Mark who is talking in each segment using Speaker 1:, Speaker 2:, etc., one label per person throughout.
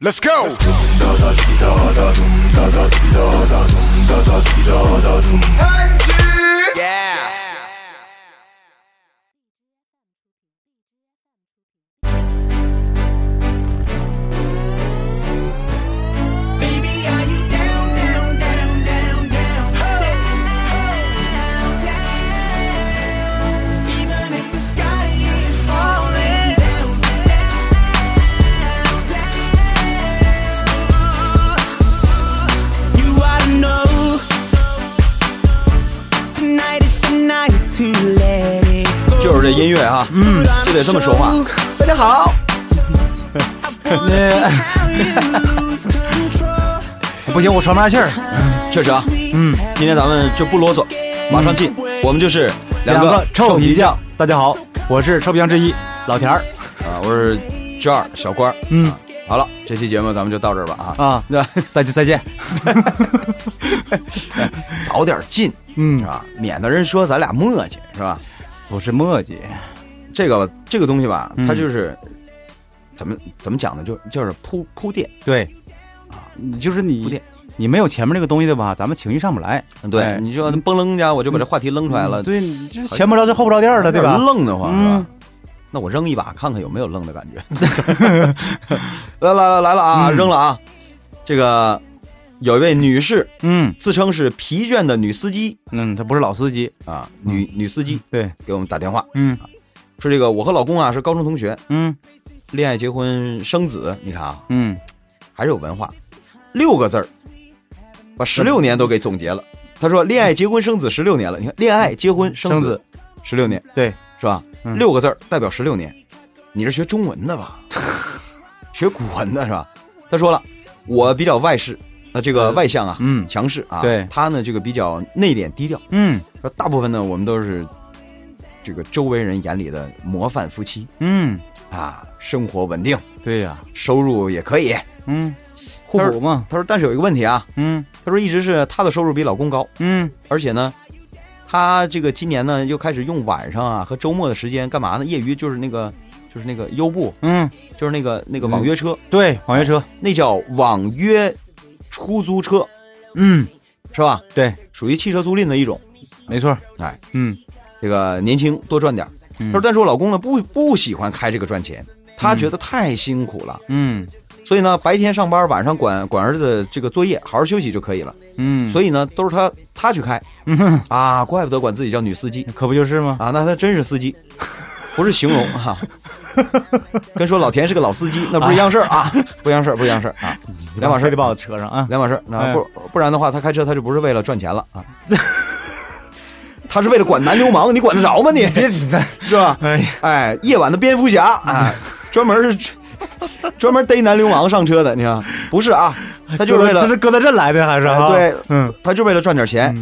Speaker 1: Let's go. Yeah.
Speaker 2: 就是这音乐啊，嗯，就得这么说话。Hmm, 大家好，
Speaker 3: 不行，我喘不上气儿。
Speaker 2: 确实啊，嗯，今天咱们就不啰嗦，马上进，我们就是
Speaker 3: 嗯两
Speaker 2: 个
Speaker 3: 个臭皮
Speaker 2: 皮
Speaker 3: 匠，大家好，我是臭皮匠之一老田儿。
Speaker 2: 啊，我是 j 二小官儿。啊
Speaker 3: 嗯
Speaker 2: 好了，这期节目咱们就到这儿吧啊。
Speaker 3: 啊，
Speaker 2: 那
Speaker 3: 再见再 见。
Speaker 2: 早点进是
Speaker 3: 嗯，
Speaker 2: 吧？免得人说咱俩磨叽是吧？
Speaker 3: 不是墨迹，
Speaker 2: 这个吧这个东西吧，
Speaker 3: 嗯
Speaker 2: 它就是怎么怎么讲呢？就就是铺铺垫。
Speaker 3: 对啊，你就是
Speaker 2: 不
Speaker 3: 你
Speaker 2: 对，
Speaker 3: 你没有前面那个东西的吧，咱们情绪上不来。
Speaker 2: 对，
Speaker 3: 哎嗯
Speaker 2: 你说嘣楞一下，我就把这话题扔出来了，
Speaker 3: 对，你就是前不着村后不着店
Speaker 2: 有
Speaker 3: 儿的，
Speaker 2: 点
Speaker 3: 对吧？
Speaker 2: 愣得慌哦是吧
Speaker 3: 嗯？
Speaker 2: 那我扔一把，看看有没有愣的感觉。 来来来来了啊，
Speaker 3: 嗯
Speaker 2: 扔了啊！这个有一位女士
Speaker 3: 嗯
Speaker 2: 自称是疲倦的女司机
Speaker 3: 嗯，他不是老司机。
Speaker 2: 啊，女女司机
Speaker 3: 对，
Speaker 2: 给我们打电话啊
Speaker 3: 嗯
Speaker 2: 说，这个我和老公啊是高中同学，
Speaker 3: 嗯
Speaker 2: 恋爱、结婚、生子，你看啊，
Speaker 3: 嗯，
Speaker 2: 还是有文化，六个字儿，把十六年都给总结了。他说：“恋爱、结婚、生子十六年了，你看恋爱、结婚、
Speaker 3: 生
Speaker 2: 子
Speaker 3: 子
Speaker 2: 十六年，
Speaker 3: 对，
Speaker 2: 是吧？
Speaker 3: 嗯
Speaker 2: 六个字儿代表十六年。你是学中文的 吧？学古文的是吧？他说了，我比较外事，那这个外向啊，
Speaker 3: 嗯
Speaker 2: 强势啊。
Speaker 3: 对
Speaker 2: 他呢，这个比较内敛低调。
Speaker 3: 嗯
Speaker 2: 说大部分呢，我们都是这个周围人眼里的模范夫妻
Speaker 3: 嗯，
Speaker 2: 啊，生活稳定，
Speaker 3: 对呀，
Speaker 2: 收入也可以。
Speaker 3: 嗯，互补嘛，
Speaker 2: 他说，但是有一个问题啊，
Speaker 3: 嗯
Speaker 2: 他说一直是他的收入比老公高，
Speaker 3: 嗯
Speaker 2: 而且呢，他这个今年呢又开始用晚上啊和周末的时间干嘛呢？业余就是那个就是那个优步，
Speaker 3: 嗯，
Speaker 2: 就是那个那个网约车，
Speaker 3: 对，网约车，
Speaker 2: 那叫网约出租车
Speaker 3: 嗯，
Speaker 2: 是吧？
Speaker 3: 对，
Speaker 2: 属于汽车租赁的一种。
Speaker 3: 没错，
Speaker 2: 哎，
Speaker 3: 嗯，
Speaker 2: 这个年轻多赚点儿。他
Speaker 3: 他
Speaker 2: 说，但是我老公呢不不喜欢开这个赚钱，他觉得太辛苦了，
Speaker 3: 嗯
Speaker 2: 所以呢白天上班，晚上管管儿子这个作业，好好休息就可以了。
Speaker 3: 嗯，
Speaker 2: 所以呢都是他他去开
Speaker 3: 以哼，
Speaker 2: 啊，怪不得管自己叫女司机。
Speaker 3: 可不就是 吗？
Speaker 2: 啊，那他真是司机， 不是形容啊。跟说老田是个老司机，那不是一样事儿 啊，不一样事儿，不一样事儿啊，
Speaker 3: 嗯
Speaker 2: 两码事
Speaker 3: 非
Speaker 2: 儿
Speaker 3: 得，把我扯上啊。
Speaker 2: 两码事儿。那
Speaker 3: 哎
Speaker 2: 不不然的话，他开车他就不是为了赚钱了啊， 他是为了管男流氓，你管得着吗你？ 是吧？
Speaker 3: 哎呀，
Speaker 2: 哎，夜晚的蝙蝠侠啊，专门是专门逮男流氓上车的，你看不是啊？他就是为
Speaker 3: 这
Speaker 2: 了
Speaker 3: 是搁在这来的还是
Speaker 2: 哎
Speaker 3: 哈？
Speaker 2: 对，
Speaker 3: 嗯
Speaker 2: 他就为了赚点钱。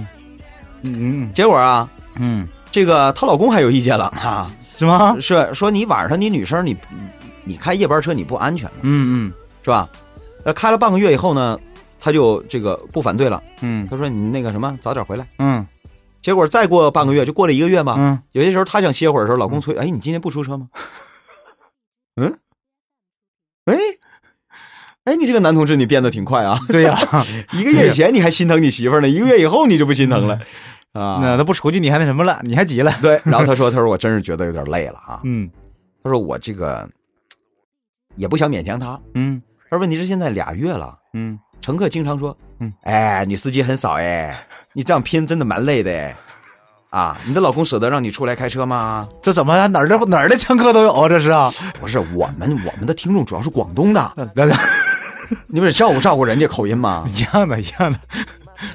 Speaker 3: 嗯
Speaker 2: 结果啊，
Speaker 3: 嗯，
Speaker 2: 这个她老公还有意见了啊。
Speaker 3: 是吗？
Speaker 2: 是说你晚上你女生你你开夜班车你不安全了
Speaker 3: 嗯嗯
Speaker 2: 是吧？呃，开了半个月以后呢，他就这个不反对了。
Speaker 3: 嗯
Speaker 2: 他说你那个什么早点回来。
Speaker 3: 嗯
Speaker 2: 结果再过半个月就过了一个月嘛，
Speaker 3: 嗯，
Speaker 2: 有些时候他想歇会儿的时候，老公催，哎，你今天不出车吗？ 嗯，哎，哎，你这个男同志你变得挺快啊！
Speaker 3: 对呀，
Speaker 2: 一个月以前你还心疼你媳妇儿呢，一个月以后你就不心疼了啊？
Speaker 3: 嗯那他不出去你还那什么了？你还急了？
Speaker 2: 对，然后他说，他说我真是觉得有点累了啊。
Speaker 3: 嗯
Speaker 2: 他说我这个也不想勉强他，
Speaker 3: 嗯
Speaker 2: 而问题是现在俩月了，
Speaker 3: 嗯
Speaker 2: 乘客经常说，
Speaker 3: 嗯，
Speaker 2: 哎，女司机很少哎，你这样拼真的蛮累的哎，啊，你的老公舍得让你出来开车吗？
Speaker 3: 这怎么哪儿的哪儿的乘客都有啊？这是啊？
Speaker 2: 不是，我们我们的听众主要是广东的，
Speaker 3: 那那
Speaker 2: 你不得照顾照顾人家口音吗？
Speaker 3: 一样的，一样的，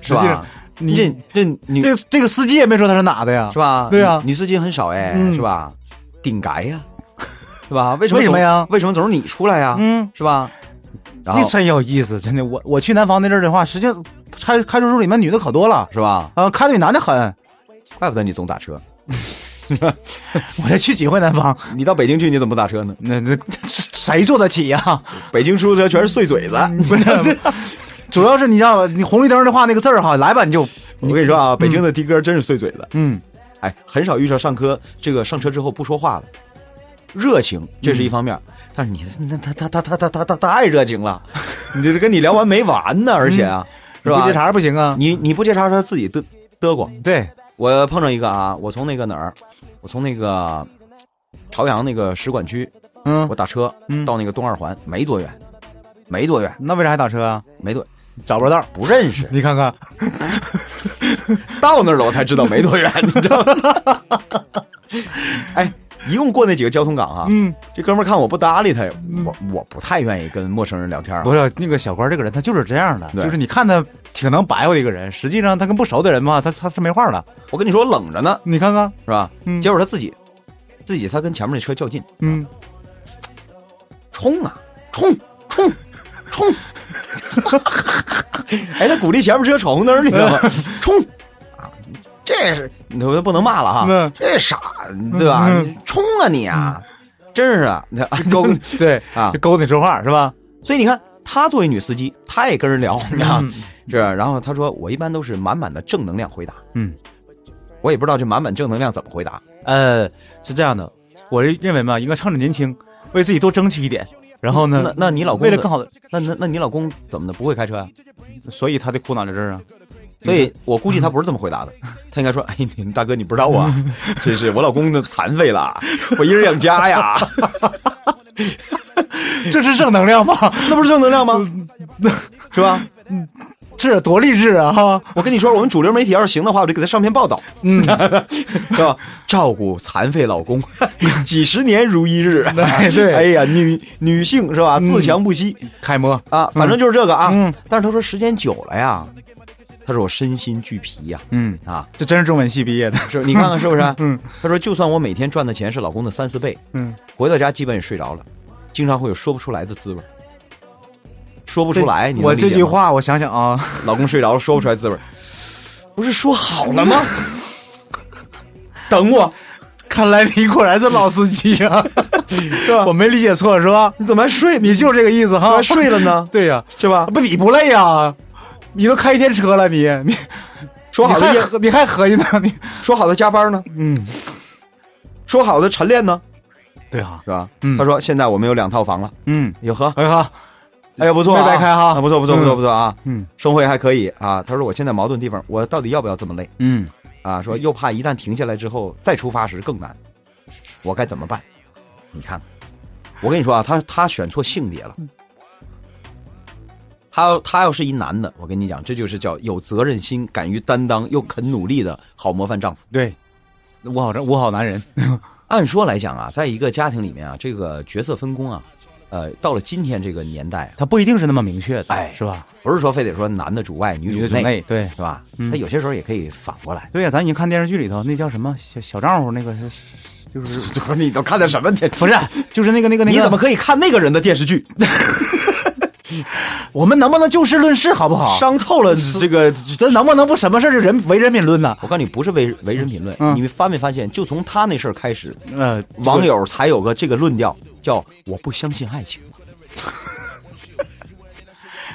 Speaker 2: 是吧？
Speaker 3: 你
Speaker 2: 这这女
Speaker 3: 这这个司机也没说他是哪的呀，
Speaker 2: 是？吧？
Speaker 3: 对啊
Speaker 2: 女女司机很少哎，
Speaker 3: 嗯
Speaker 2: 是吧？顶改呀，是吧？为什么
Speaker 3: 为什么
Speaker 2: 总
Speaker 3: 呀
Speaker 2: 为什么总是你出来呀？
Speaker 3: 嗯，
Speaker 2: 是吧？然后
Speaker 3: 这真有意思，真的。我我去南方那阵儿的话，实际上开开出租里面女的可多了，
Speaker 2: 是吧？
Speaker 3: 啊，开的比男的狠。
Speaker 2: 怪不得你总打车，
Speaker 3: 我才去几回南方，
Speaker 2: 你到北京去你怎么不打车呢？
Speaker 3: 那那谁坐得起呀、
Speaker 2: 北京出租车全是碎嘴子，
Speaker 3: 主要是你知道吧，你红绿灯的话，那个字儿哈，来吧你就，
Speaker 2: 我跟你说啊，北京的的哥真是碎嘴子，
Speaker 3: 嗯，
Speaker 2: 哎，很少遇到上车这个上车之后不说话的。热情，这是一方面。但是你那他他他他他他他太热情了，你这跟你聊完没完呢，而且啊，是吧？
Speaker 3: 不接茬不行啊。
Speaker 2: 你你不接茬，他自己嘚嘚过。
Speaker 3: 对，
Speaker 2: 我碰上一个啊，我从那个哪儿，我从那个朝阳那个使馆区，
Speaker 3: 嗯
Speaker 2: 我，打车
Speaker 3: 嗯
Speaker 2: 到那个东二环，没多远，没多远，
Speaker 3: 那为啥还打车啊？
Speaker 2: 没多
Speaker 3: 找不着道，
Speaker 2: 不认 识，
Speaker 3: 你看看，
Speaker 2: 到那儿了我才知道没多远，你知道吗？ 哎，一共过那几个交通岗啊，
Speaker 3: 嗯，
Speaker 2: 这哥们儿看我不搭理他，我我不太愿意跟陌生人聊天啊，
Speaker 3: 不是那个小官这个人，他就是这样的，
Speaker 2: 对
Speaker 3: 就是你看他挺能白活的一个人，实际上他跟不熟的人嘛，他他是没话了。
Speaker 2: 我跟你说我冷着呢，
Speaker 3: 你看看，
Speaker 2: 是吧？
Speaker 3: 嗯
Speaker 2: 结果他自己自己他跟前面那车较劲，
Speaker 3: 嗯，
Speaker 2: 冲啊，冲冲冲！ 哎，他鼓励前面车闯红灯，你知道吗？ 冲啊，这是你我就不能骂了哈
Speaker 3: 嗯，
Speaker 2: 啊这傻对吧
Speaker 3: 嗯？
Speaker 2: 冲啊你啊，真是 啊，那狗
Speaker 3: 对
Speaker 2: 啊
Speaker 3: 就勾搭你说话是吧？
Speaker 2: 所以你看，她作为女司机，她也跟人聊，你看
Speaker 3: 嗯
Speaker 2: 是吧。然后她说，我一般都是满满的正能量回答，
Speaker 3: 嗯，
Speaker 2: 我也不知道这满满正能量怎么回答。
Speaker 3: 呃，是这样的，我认为嘛，应该趁着年轻，为自己多争取一点。然后呢
Speaker 2: 那，那你老公
Speaker 3: 为了
Speaker 2: 的
Speaker 3: 更好的，
Speaker 2: 那那那你老公怎么的不会开车啊呀、
Speaker 3: 所以他的苦恼在这儿啊。
Speaker 2: 所以我估计他不是这么回答的，他应该说：“哎，你大哥你不知道啊，真是我老公的残废了，我一人养家 呀，
Speaker 3: 这是正能量吗？
Speaker 2: 那不是正能量吗？
Speaker 3: 嗯
Speaker 2: 是吧？
Speaker 3: 这多励志啊！哈，
Speaker 2: 我跟你说，我们主流媒体要是行的话，我就给他上篇报道，
Speaker 3: 嗯，
Speaker 2: 是吧？照顾残废老公，几十年如一 日。
Speaker 3: 对对
Speaker 2: 哎呀，女女性是吧？自强不息、
Speaker 3: 楷模，
Speaker 2: 啊，反正就是这个啊。
Speaker 3: 嗯
Speaker 2: 但是他说时间久了呀，他说我身心俱疲呀、
Speaker 3: 嗯，
Speaker 2: 啊，
Speaker 3: 这真是中文系毕业的，
Speaker 2: 是你看看是不是？
Speaker 3: 嗯，
Speaker 2: 他说就算我每天赚的钱是老公的三四倍，
Speaker 3: 嗯，
Speaker 2: 回到家基本也睡着了，经常会有说不出来的滋味儿，说不出来。你能
Speaker 3: 我
Speaker 2: 理解
Speaker 3: 这
Speaker 2: 吗
Speaker 3: 句，话我想想啊，
Speaker 2: 老公睡着了说不出来 滋味儿，不是说好了吗？等我，
Speaker 3: 看来你果然是老司机 啊，
Speaker 2: 是吧？
Speaker 3: 我没理解错是吧？
Speaker 2: 你怎么还睡？
Speaker 3: 你就这个意思
Speaker 2: 怎么
Speaker 3: 哈
Speaker 2: 还？睡了呢？
Speaker 3: 对呀、啊
Speaker 2: 是吧？
Speaker 3: 不你不累呀、你都开一天车了，你你
Speaker 2: 说好
Speaker 3: 你
Speaker 2: 的
Speaker 3: 还
Speaker 2: 夜，
Speaker 3: 合你还合计呢？你
Speaker 2: 说好的加班呢？
Speaker 3: 嗯，
Speaker 2: 说好的晨练呢？
Speaker 3: 对啊，
Speaker 2: 是吧？
Speaker 3: 嗯
Speaker 2: 他说现在我们有两套房了，
Speaker 3: 嗯，
Speaker 2: 有呵，
Speaker 3: 哎哈，
Speaker 2: 哎呀不错啊，
Speaker 3: 没白开哈
Speaker 2: 啊不错不错不错不错啊，
Speaker 3: 嗯
Speaker 2: 生活也还可以啊。他说我现在矛盾地方，我到底要不要这么累？
Speaker 3: 嗯，
Speaker 2: 啊，说又怕一旦停下来之后再出发时更难，我该怎么办？你看看，我跟你说啊，他他选错性别了。他要他要是一男的，我跟你讲，这就是叫有责任心、敢于担当又肯努力的好模范丈夫。
Speaker 3: 对，我好人，我好男人，
Speaker 2: 按说来讲啊，在一个家庭里面啊，这个角色分工啊，呃，到了今天这个年代，
Speaker 3: 他不一定是那么明确的，
Speaker 2: 哎
Speaker 3: 是吧？
Speaker 2: 不是说非得说男的主外女
Speaker 3: 女的
Speaker 2: 主
Speaker 3: 主内，对
Speaker 2: 是吧？
Speaker 3: 嗯
Speaker 2: 他有些时候也可以反过来。
Speaker 3: 对呀、咱已经看电视剧里头那叫什么小小丈夫，那个是是就是
Speaker 2: 你都看的什么电？
Speaker 3: 不是就是那个那个那个，
Speaker 2: 你怎么可以看那个人的电视 剧？
Speaker 3: 我们能不能就事论事好不好？
Speaker 2: 伤透了这个
Speaker 3: 咱能不能不什么事儿就人为人品论呢？
Speaker 2: 我告诉你，不是为为人评论，
Speaker 3: 嗯
Speaker 2: 你们发没发现，就从他那事儿开始，
Speaker 3: 呃，
Speaker 2: 网友才有个这个论调，叫“我不相信爱情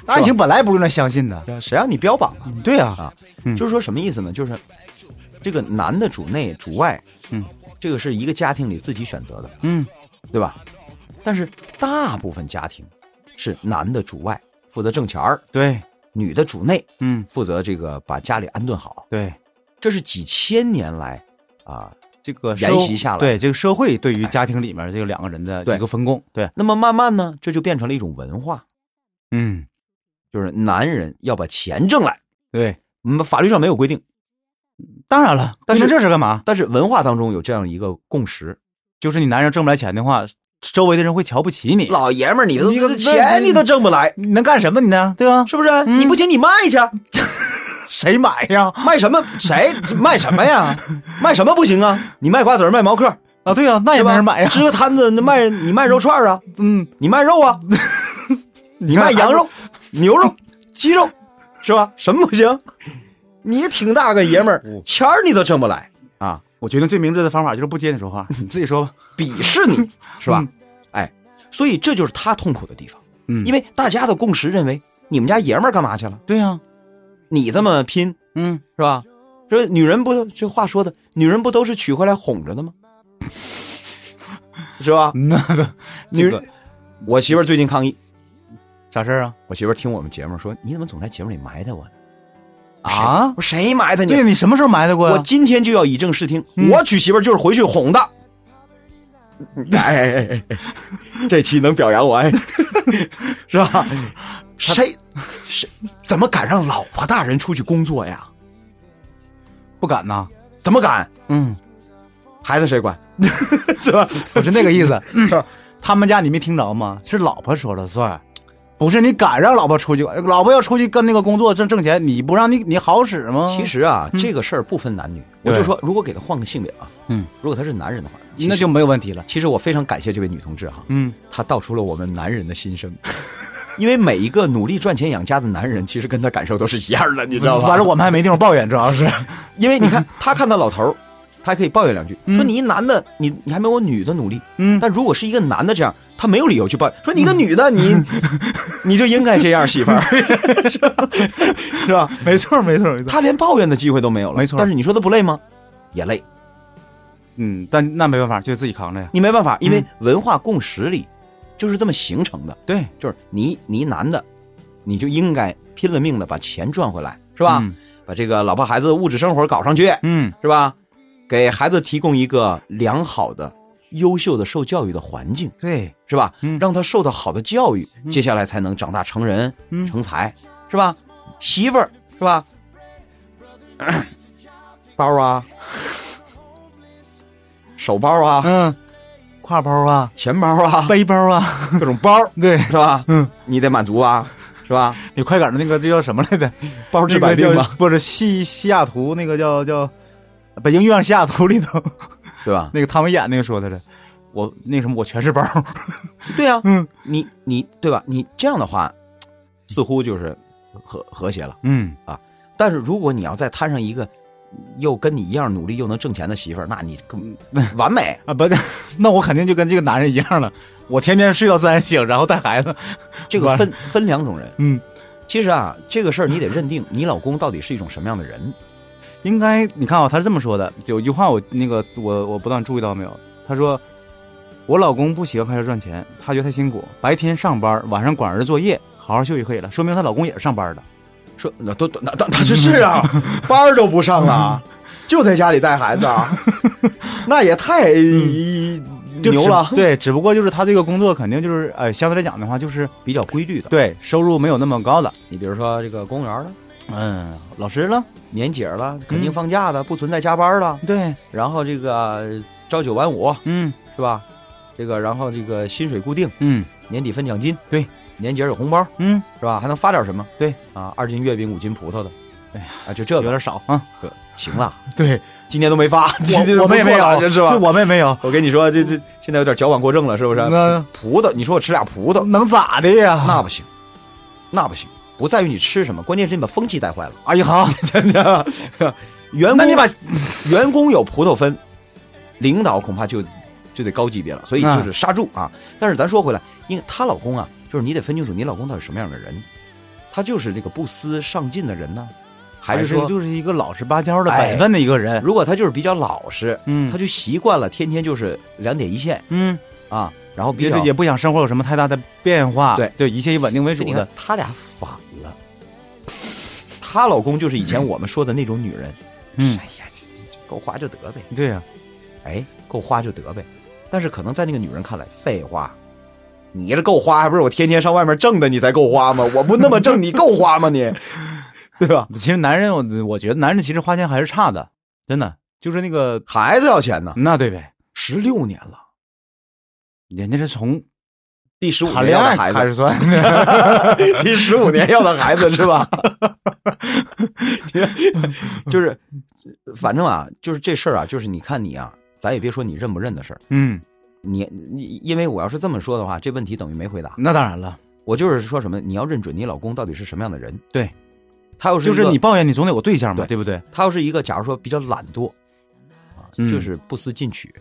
Speaker 3: 爱情本来不用来相信的”，，
Speaker 2: 谁让你标榜啊？
Speaker 3: 对呀、
Speaker 2: 啊，
Speaker 3: 嗯
Speaker 2: 就是说什么意思呢？就是这个男的主内主外，
Speaker 3: 嗯，
Speaker 2: 这个是一个家庭里自己选择的，
Speaker 3: 嗯，
Speaker 2: 对吧？但是大部分家庭是男的主外，负责挣钱儿，
Speaker 3: 对，
Speaker 2: 女的主内，
Speaker 3: 嗯，
Speaker 2: 负责这个把家里安顿好，
Speaker 3: 对，
Speaker 2: 这是几千年来啊。
Speaker 3: 这个
Speaker 2: 沿
Speaker 3: 社
Speaker 2: 袭下来
Speaker 3: 对这个社会对于家庭里面这个两个人的
Speaker 2: 对
Speaker 3: 一个分工，哎对，
Speaker 2: 那么慢慢呢，这就变成了一种文化，
Speaker 3: 嗯，
Speaker 2: 就是男人要把钱挣来。
Speaker 3: 对，
Speaker 2: 嗯，法律上没有规定，
Speaker 3: 当然了，
Speaker 2: 但是
Speaker 3: 你们这是干嘛？
Speaker 2: 但是文化当中有这样一个共识：
Speaker 3: 就是你男人挣不来钱的话，周围的人会瞧不起你，
Speaker 2: 老爷们儿，你
Speaker 3: 你个
Speaker 2: 钱你都挣不来，
Speaker 3: 你能干什么你呢？对啊吧？
Speaker 2: 是不是？你不行，你卖 去，
Speaker 3: 谁买呀？
Speaker 2: 卖什么？谁卖什么呀？卖什么不行啊？你卖瓜子儿，卖毛嗑儿，
Speaker 3: 啊，对呀，那也
Speaker 2: 是
Speaker 3: 没
Speaker 2: 吧？
Speaker 3: 人买呀。
Speaker 2: 支个摊子，那卖你卖肉串儿啊，
Speaker 3: 嗯，
Speaker 2: 你卖肉 啊，你卖羊肉、牛肉、鸡肉，是吧？什么不行？你挺大个爷们儿，
Speaker 3: 嗯
Speaker 2: 钱儿你都挣不来啊！
Speaker 3: 我决定最明智的方法就是不接你说话， 你自己说吧。
Speaker 2: 鄙视
Speaker 3: 嗯
Speaker 2: 你，是吧？哎，所以这就是他痛苦的地方，
Speaker 3: 嗯
Speaker 2: 因为大家的共识认为，你们家爷们儿干嘛去了？
Speaker 3: 对呀，
Speaker 2: 你这么拼
Speaker 3: 嗯，
Speaker 2: 是吧？这女人不这话说的，女人不都是娶回来哄着的吗？ 是吧？
Speaker 3: 那个这个
Speaker 2: 女我媳妇儿最近抗议，
Speaker 3: 啥事儿啊？
Speaker 2: 我媳妇儿听我们节目说，你怎么总在节目里埋汰我呢？
Speaker 3: 啊？
Speaker 2: 我谁埋汰你
Speaker 3: 对
Speaker 2: 了？
Speaker 3: 你什么时候埋汰过呀？
Speaker 2: 我今天就要以正视听，
Speaker 3: 嗯
Speaker 2: 我娶媳妇儿就是回去哄的。哎哎哎哎哎，这期能表扬我哎， 是吧？谁谁怎么敢让老婆大人出去工作呀？
Speaker 3: 不敢呐。
Speaker 2: 怎么敢？
Speaker 3: 嗯，
Speaker 2: 孩子谁管？是吧？
Speaker 3: 不是那个意思。他们家你没听着吗？是老婆说了算，不是你敢让老婆出去，老婆要出去跟那个工作挣挣钱，你不让你你好使吗？
Speaker 2: 其实啊，这个事儿不分男女，我
Speaker 3: 嗯对
Speaker 2: 就说，如果给他换个性别啊，
Speaker 3: 嗯，
Speaker 2: 如果他是男人的话，其实
Speaker 3: 那就没有问题了。
Speaker 2: 其实我非常感谢这位女同志哈，
Speaker 3: 嗯，
Speaker 2: 她道出了我们男人的心声， 因为每一个努力赚钱养家的男人，其实跟他感受都是一样的，你知道吧？
Speaker 3: 嗯反正我们还没地方抱怨，主要是
Speaker 2: 因为你看，他看到老头儿，他还可以抱怨两句，
Speaker 3: 嗯
Speaker 2: 说你一男的，你你还没我女的努力。
Speaker 3: 嗯，
Speaker 2: 但如果是一个男的这样，他没有理由去抱怨，说你一个女的， 你你就应该这样，媳妇儿，是吧？
Speaker 3: 没错没错没错。
Speaker 2: 他连抱怨的机会都没有了，
Speaker 3: 没错
Speaker 2: 但是你说他不累吗？也累，
Speaker 3: 嗯，但那没办法，就自己扛着呀。
Speaker 2: 你没办法，因
Speaker 3: 嗯
Speaker 2: 为文化共识里就是这么形成的。
Speaker 3: 对，
Speaker 2: 就是你你男的，你就应该拼了命的把钱赚回来，是吧？
Speaker 3: 嗯
Speaker 2: 把这个老婆孩子的物质生活搞上去，
Speaker 3: 嗯，
Speaker 2: 是吧？给孩子提供一个良好的、优秀的受教育的环境，
Speaker 3: 对，
Speaker 2: 是吧？
Speaker 3: 嗯
Speaker 2: 让他受到好的教育，接下来才能长大成人、
Speaker 3: 嗯
Speaker 2: 成才，是吧？媳妇儿是吧？包啊，手包啊，
Speaker 3: 嗯，挎包啊，
Speaker 2: 钱包啊，
Speaker 3: 背包啊，
Speaker 2: 各种包
Speaker 3: 对
Speaker 2: 是吧？
Speaker 3: 嗯，
Speaker 2: 你得满足啊，是吧？
Speaker 3: 你快感的那个这叫什么来着？
Speaker 2: 包治
Speaker 3: 这
Speaker 2: 百
Speaker 3: 个
Speaker 2: 病
Speaker 3: 叫
Speaker 2: 吧，
Speaker 3: 不是西西雅图那个叫叫北京遇上西雅图里头。
Speaker 2: 对吧？
Speaker 3: 那个汤唯演那个说的是，我那什么，我全是包。
Speaker 2: 对啊，
Speaker 3: 嗯
Speaker 2: 你你对吧？你这样的话，似乎就是和和谐了。
Speaker 3: 嗯，
Speaker 2: 但是如果你要再摊上一个又跟你一样努力又能挣钱的媳妇儿，那你 更完美。
Speaker 3: 啊，不， 那我肯定就跟这个男人一样了，我天天睡到自然醒，然后带孩 子。
Speaker 2: 这个分分两种人。
Speaker 3: 嗯，
Speaker 2: 其实啊，这个事儿你得认定你老公到底是一种什么样的人。
Speaker 3: 应该你看啊，他是这么说的，有一句话我那个我我不知道你注意到没有，他说我老公不喜欢开始赚钱，他觉得太辛苦，白天上班，晚上管儿子作业，好好休息可以了，说明她老公也是上班的。
Speaker 2: 说那都那那那是是 啊，班儿都不上了，就在家里带孩子， 啊，那也太
Speaker 3: 嗯就
Speaker 2: 牛
Speaker 3: 只
Speaker 2: 了，
Speaker 3: 对，只不过就是他这个工作肯定就是，呃，相对来讲的话，就是
Speaker 2: 比较规律的。
Speaker 3: 对收入没有那么高的，
Speaker 2: 你比如说这个公务员的。
Speaker 3: 嗯，老师了，
Speaker 2: 年节了，肯
Speaker 3: 嗯
Speaker 2: 定放假的，不存在加班了。
Speaker 3: 对，
Speaker 2: 然后这个朝九晚五
Speaker 3: 嗯
Speaker 2: 是吧？这个然后这个薪水固定，
Speaker 3: 嗯
Speaker 2: 年底分奖金，
Speaker 3: 对，
Speaker 2: 年节有红包
Speaker 3: 嗯，
Speaker 2: 是吧？还能发点什么？
Speaker 3: 对
Speaker 2: 啊，二斤月饼五斤葡萄的，
Speaker 3: 哎
Speaker 2: 啊，就这
Speaker 3: 有
Speaker 2: 个
Speaker 3: 点少啊。
Speaker 2: 行了，
Speaker 3: 对，
Speaker 2: 今年都没发，今年
Speaker 3: 我
Speaker 2: 都
Speaker 3: 我们也
Speaker 2: 不
Speaker 3: 没
Speaker 2: 错了
Speaker 3: 有，啊
Speaker 2: 这是吧
Speaker 3: 就？我们也没有，
Speaker 2: 我跟你说，这这现在有点矫枉过正了，是不是？
Speaker 3: 那
Speaker 2: 葡萄，你说我吃俩葡萄，
Speaker 3: 能咋的呀？
Speaker 2: 那不行，那不行，不在于你吃什么，关键是你把风气带坏了。
Speaker 3: 哎呀好，
Speaker 2: 真的，员工
Speaker 3: 那你把
Speaker 2: 员工有葡萄分，领导恐怕就就得高级别了，所以就是刹住啊。但是咱说回来，因为她老公啊，就是你得分清楚你老公到底什么样的人，他就是这个不思上进的人呢，还是说，
Speaker 3: 就是一个老实巴交的
Speaker 2: 哎
Speaker 3: 本分的一个人？
Speaker 2: 如果他就是比较老实，
Speaker 3: 嗯
Speaker 2: 他就习惯了天天就是两点一线
Speaker 3: 嗯，
Speaker 2: 啊，然后比
Speaker 3: 也
Speaker 2: 较
Speaker 3: 也不想生活有什么太大的变化，
Speaker 2: 对
Speaker 3: 对，一切以稳定为
Speaker 2: 所
Speaker 3: 主
Speaker 2: 以你看
Speaker 3: 的。
Speaker 2: 他俩反了，她老公就是以前我们说的那种女人，
Speaker 3: 嗯
Speaker 2: 哎，呀，这这这够花就得呗。
Speaker 3: 对呀，
Speaker 2: 哎，够花就得呗。但是可能在那个女人看来，废话，你这够花，还不是我天天上外面挣的，你才够 花吗？我不那么挣，你够花吗你？对吧？
Speaker 3: 其实男人，我我觉得男人其实花钱还是差的，真的就是那个
Speaker 2: 孩子要钱呢，
Speaker 3: 那对呗，
Speaker 2: 十六年了，
Speaker 3: 人家是从
Speaker 2: 第十五
Speaker 3: 谈
Speaker 2: 年要
Speaker 3: 恋爱
Speaker 2: 的孩
Speaker 3: 开
Speaker 2: 子，
Speaker 3: 始算的，
Speaker 2: 第十五年要的孩子是吧？ 就是，反正啊，就是这事儿啊，就是你看你啊，咱也别说你认不认的事儿，
Speaker 3: 嗯，
Speaker 2: 你你因为我要是这么说的话，这问题等于没回答。
Speaker 3: 那当然了，
Speaker 2: 我就是说什么，你要认准你老公到底是什么样的人。
Speaker 3: 对，
Speaker 2: 他要是
Speaker 3: 就
Speaker 2: 一
Speaker 3: 是
Speaker 2: 个
Speaker 3: 你抱怨你总得有个对象吧，
Speaker 2: 对
Speaker 3: 对不对？
Speaker 2: 他要是一个，假如说比较懒惰，啊，
Speaker 3: 嗯
Speaker 2: 就是不思进取，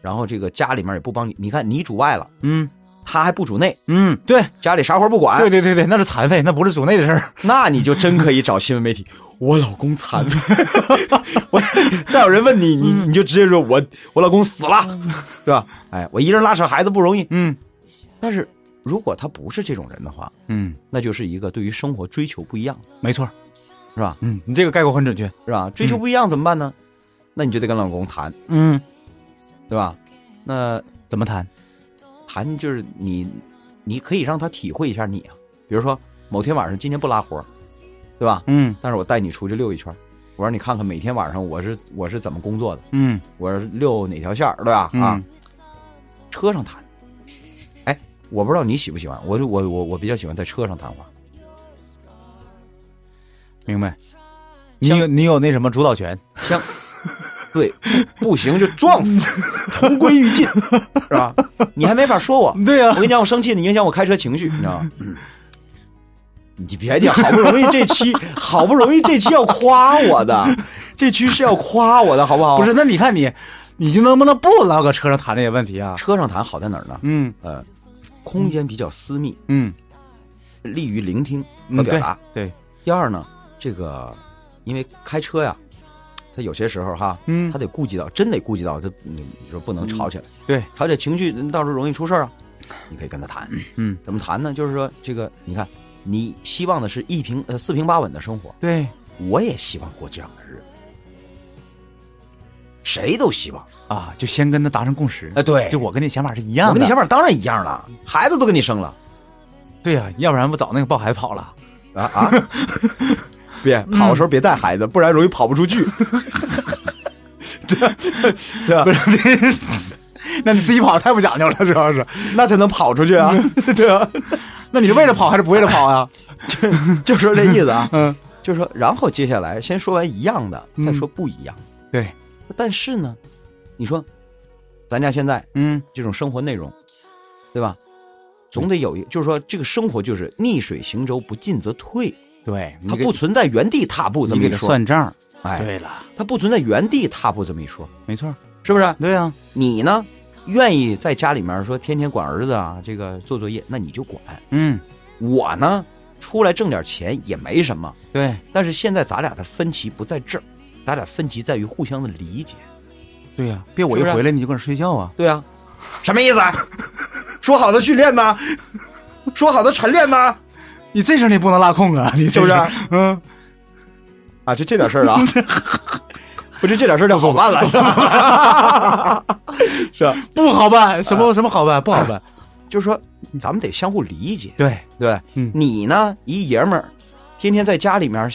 Speaker 2: 然后这个家里面也不帮你，你看你主外了，
Speaker 3: 嗯哎
Speaker 2: 他还不主内，
Speaker 3: 嗯，对
Speaker 2: 家里啥活不管，
Speaker 3: 对对对对，那是残废，那不是主内的事儿。
Speaker 2: 那你就真可以找新闻媒体。我老公残了， 我再有人问你，你
Speaker 3: 嗯
Speaker 2: 你就直接说我我老公死了，对吧？哎，我一人拉扯孩子不容易。
Speaker 3: 嗯
Speaker 2: 但是如果他不是这种人的话，
Speaker 3: 嗯，
Speaker 2: 那就是一个对于生活追求不一样，
Speaker 3: 没错，
Speaker 2: 是吧？
Speaker 3: 嗯，你这个概括很准确。
Speaker 2: 是吧？追求不一样怎么办呢？那你就得跟老公谈，
Speaker 3: 嗯，
Speaker 2: 对吧？那
Speaker 3: 怎么谈？
Speaker 2: 谈就是你，你可以让他体会一下你啊，比如说某天晚上今天不拉活，对吧？
Speaker 3: 嗯
Speaker 2: 但是我带你出去溜一圈，我让你看看每天晚上我是我是怎么工作的，
Speaker 3: 嗯
Speaker 2: 我是溜哪条线儿，对吧？啊
Speaker 3: 啊，，
Speaker 2: 车上谈。哎，我不知道你喜不喜欢，我就我我我比较喜欢在车上谈话。
Speaker 3: 明白。你有你有那什么主导权？
Speaker 2: 像，对，不行就撞死，同归于尽，是吧？你还没法说我，
Speaker 3: 对 呀
Speaker 2: 我跟你讲，我生气，你影响我开车情绪，你知道 吗？嗯你别讲，好不容易这期，好不容易这期要夸我 的，这期是要夸我的，好不好？
Speaker 3: 不是，那你看你，你就能不能不老搁车上谈这些问题啊？
Speaker 2: 车上谈好在哪儿呢？
Speaker 3: 嗯
Speaker 2: 呃，空间比较私密，
Speaker 3: 嗯，
Speaker 2: 利于聆听和
Speaker 3: 嗯
Speaker 2: 表
Speaker 3: 对
Speaker 2: 达。
Speaker 3: 对，
Speaker 2: 第二呢，这个因为开车呀，他有些时候哈，
Speaker 3: 嗯
Speaker 2: 他得顾及到，真得顾及到，这你说不能吵起来，
Speaker 3: 对，
Speaker 2: 吵起来情绪到时候容易出事儿啊。你可以跟他谈，
Speaker 3: 嗯，
Speaker 2: 怎么谈呢？就是说，这个你看，你希望的是一平呃四平八稳的生活，
Speaker 3: 对，
Speaker 2: 我也希望过这样的日子，谁都希望。
Speaker 3: 啊，就先跟他达成共识。
Speaker 2: 哎对
Speaker 3: 呃就我跟你想法是一样
Speaker 2: 我
Speaker 3: 的。
Speaker 2: 跟你想法当然一样了，孩子都跟你生了
Speaker 3: 对呀、要不然不早那个抱孩子跑了。
Speaker 2: 啊啊！ 别跑的时候别带孩子，不然容易跑不出去。对吧？
Speaker 3: 不是，那 你自己跑太不讲究了，主要是。嗯
Speaker 2: 那才能跑出去啊！ 对啊，
Speaker 3: 那你是为了跑还是不为了跑啊呀、
Speaker 2: 就就说这意思啊。
Speaker 3: 嗯，
Speaker 2: 就说，然后接下来先说完一样的，再说不一样。
Speaker 3: 对，
Speaker 2: 但是呢，你说咱家现在
Speaker 3: 嗯
Speaker 2: 这种生活内容，对吧？总得有一，就是说这个生活就是逆水行舟，不进则退，
Speaker 3: 对，
Speaker 2: 它不存在原地踏步这
Speaker 3: 你
Speaker 2: 么
Speaker 3: 给
Speaker 2: 一
Speaker 3: 他
Speaker 2: 说。
Speaker 3: 算账。
Speaker 2: 哎，
Speaker 3: 对了，
Speaker 2: 它不存在原地踏步这么一说，
Speaker 3: 没错。
Speaker 2: 是不是？
Speaker 3: 对呀、啊，
Speaker 2: 你呢，愿意在家里面说天天管儿子啊，这个做作业，那你就管。
Speaker 3: 嗯，
Speaker 2: 我呢，出来挣点钱也没什么，
Speaker 3: 对，
Speaker 2: 但是现在咱俩的分歧不在这儿，咱俩分歧在于互相的理解。
Speaker 3: 对呀、别我一
Speaker 2: 是不是
Speaker 3: 回来你就搁那睡觉啊。
Speaker 2: 对啊，什么意思？啊？说好的训练呢？说好的晨练呢？
Speaker 3: 你这事儿你不能拉空啊，你
Speaker 2: 是不是？
Speaker 3: 嗯，
Speaker 2: 啊，就这点事儿啊，不是这点事儿就好办了，是吧？是吧？
Speaker 3: 不好办，什么、什么好办，不好办。
Speaker 2: 就是说，咱们得相互理解，
Speaker 3: 啊对，
Speaker 2: 对吧
Speaker 3: 嗯
Speaker 2: 你呢，一爷们儿，天天在家里面，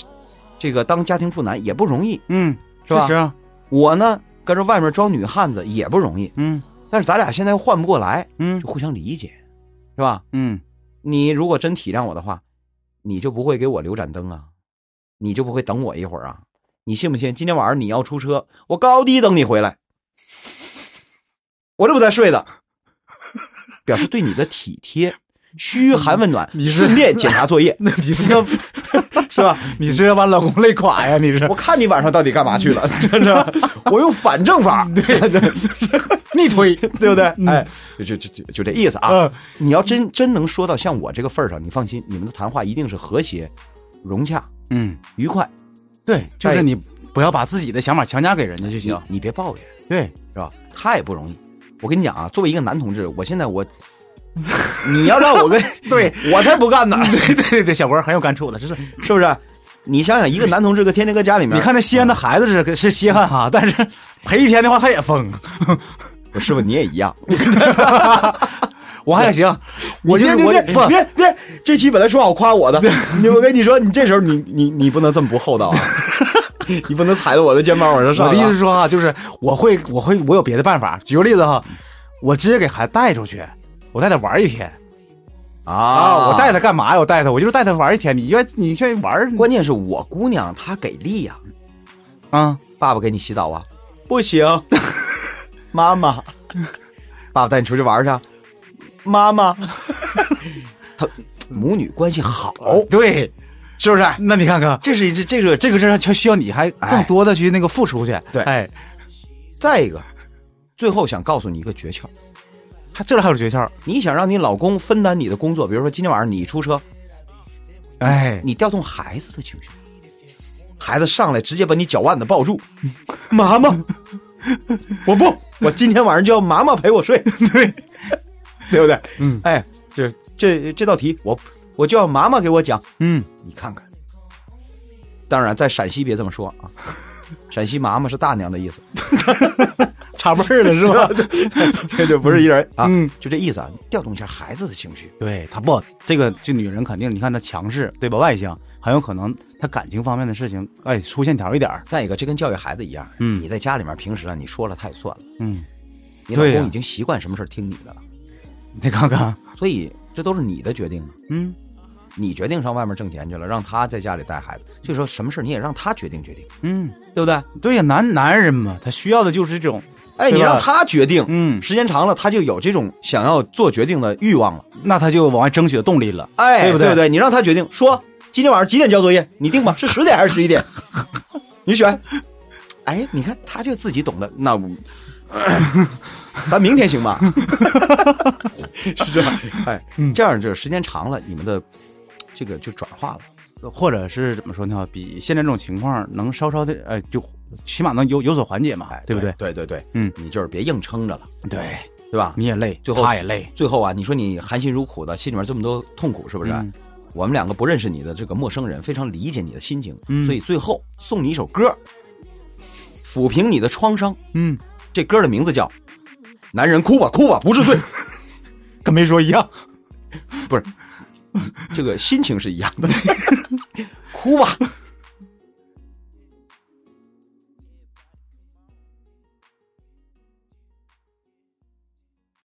Speaker 2: 这个当家庭妇男也不容易。
Speaker 3: 嗯，
Speaker 2: 是吧
Speaker 3: 确实啊，
Speaker 2: 我呢，跟着外面装女汉子也不容易。
Speaker 3: 嗯
Speaker 2: 但是咱俩现在又换不过来，
Speaker 3: 嗯
Speaker 2: 就互相理解，是吧？
Speaker 3: 嗯，
Speaker 2: 你如果真体谅我的话，你就不会给我留盏灯啊，你就不会等我一会儿啊。你信不信？今天晚上你要出车，我高低等你回来。我这不在睡的，表示对你的体贴、嘘寒问暖，
Speaker 3: 你是，
Speaker 2: 顺便检查作业
Speaker 3: 那你是要
Speaker 2: 是吧？
Speaker 3: 你是要把老公累垮呀？你是
Speaker 2: 我看你晚上到底干嘛去了，真的，我用反证 法，对
Speaker 3: 逆推，
Speaker 2: 对不对？
Speaker 3: 嗯
Speaker 2: 哎，就就就就这意思啊。
Speaker 3: 嗯
Speaker 2: 你要真真能说到像我这个份儿上，你放心，你们的谈话一定是和谐、融洽、
Speaker 3: 嗯，
Speaker 2: 愉快
Speaker 3: 对，就
Speaker 2: 哎
Speaker 3: 是你不要把自己的想法强加给人家就行
Speaker 2: 你。你别抱怨，
Speaker 3: 对，
Speaker 2: 是吧？太不容易。我跟你讲啊，作为一个男同志，我现在我， 你要让我 跟
Speaker 3: 对
Speaker 2: 我才不干呢，
Speaker 3: 对对对对，小博很有感触的，这是
Speaker 2: 是不是？你想想，一个男同志搁天天搁家里面，
Speaker 3: 你看那西安的孩子是是稀罕哈，但是陪一天的话他也疯。
Speaker 2: 我师傅你也一样，
Speaker 3: 我还行，我就
Speaker 2: 别
Speaker 3: 我
Speaker 2: 别
Speaker 3: 不
Speaker 2: 别别别，这期本来说好夸我的，你我跟你说，你这时候你你你不能这么不厚道 啊，你不能踩着我的肩膀往上上啊。
Speaker 3: 我的意思是说哈，就是我会我会我有别的办法。举个例子哈，我直接给孩子带出去，我带他玩一天
Speaker 2: 啊，
Speaker 3: 我带他干嘛呀？我带他，我就是带他玩一天。你愿你愿意玩儿
Speaker 2: 关键是我姑娘她给力呀、
Speaker 3: 啊？
Speaker 2: 爸爸给你洗澡啊？不行，妈妈， 爸爸带你出去玩去啊，妈妈，他母女关系好，
Speaker 3: 哦，对，
Speaker 2: 是不是？
Speaker 3: 那你看看
Speaker 2: 这是一这这个这
Speaker 3: 这个事儿就需要你还
Speaker 2: 哎
Speaker 3: 更多的去那个付出去。
Speaker 2: 对
Speaker 3: 哎，
Speaker 2: 再一个，最后想告诉你一个诀窍，
Speaker 3: 还这里还有诀窍。
Speaker 2: 你想让你老公分担你的工作，比如说今天晚上你出车，
Speaker 3: 哎，
Speaker 2: 你调动孩子的情绪，孩子上来直接把你脚腕子抱住，妈妈，我不，我今天晚上就要妈妈陪我睡， 对，对不对？
Speaker 3: 嗯
Speaker 2: 哎，这这这道题我我就要妈妈给我讲，
Speaker 3: 嗯，
Speaker 2: 你看看。当然，在陕西别这么说啊， 陕西妈妈是大娘的意 思，
Speaker 3: 插辈儿了是吧？
Speaker 2: 这就不是一人啊，
Speaker 3: 嗯
Speaker 2: 就这意思啊，调动一下孩子的情绪。
Speaker 3: 对她不，这个这女人肯定，你看她强势，对吧？外向，很有可能她感情方面的事情，哎，出线条一点儿。
Speaker 2: 再一个，这跟教育孩子一样，
Speaker 3: 嗯
Speaker 2: 你在家里面平时啊，你说了他也算了，
Speaker 3: 嗯，
Speaker 2: 你老
Speaker 3: 对呀
Speaker 2: 公已经习惯什么事儿听你的了，
Speaker 3: 你看看，
Speaker 2: 所以这都是你的决定啊。
Speaker 3: 嗯，
Speaker 2: 你决定上外面挣钱去了，让他在家里带孩子，就说什么事儿你也让他决定决定，
Speaker 3: 嗯，
Speaker 2: 对不对？
Speaker 3: 对呀，男男人嘛，他需要的就是这种，
Speaker 2: 哎，
Speaker 3: 对吧
Speaker 2: 你让他决定，
Speaker 3: 嗯，
Speaker 2: 时间长了他就有这种想要做决定的欲望了，
Speaker 3: 那他就往外争取的动力了。
Speaker 2: 哎，
Speaker 3: 对
Speaker 2: 不
Speaker 3: 不对
Speaker 2: 不对？你让他决定，说今天晚上几点交作业，你定吧，是十点还是十一点？ 你选。哎，你看他就自己懂得，那我咱明天行吗？ 是这样，哎，这样就是时间长了，你们的这个就转化了。
Speaker 3: 或者是怎么说呢？比现在这种情况能稍稍的，呃，就起码能有有所缓解嘛，
Speaker 2: 哎，
Speaker 3: 对不对？
Speaker 2: 对对对，
Speaker 3: 嗯，
Speaker 2: 你就是别硬撑着了，
Speaker 3: 对，
Speaker 2: 对吧？
Speaker 3: 你也累，
Speaker 2: 最后
Speaker 3: 他也累，
Speaker 2: 最后啊，你说你含辛茹苦的，心里面这么多痛苦，是不是？
Speaker 3: 嗯
Speaker 2: 我们两个不认识你的这个陌生人，非常理解你的心情，
Speaker 3: 嗯
Speaker 2: 所以最后送你一首歌，抚平你的创伤。
Speaker 3: 嗯，
Speaker 2: 这歌的名字叫《男人哭吧哭吧不是罪》，
Speaker 3: 跟没说一 样。
Speaker 2: 不是，这个心情是一样的。哭吧，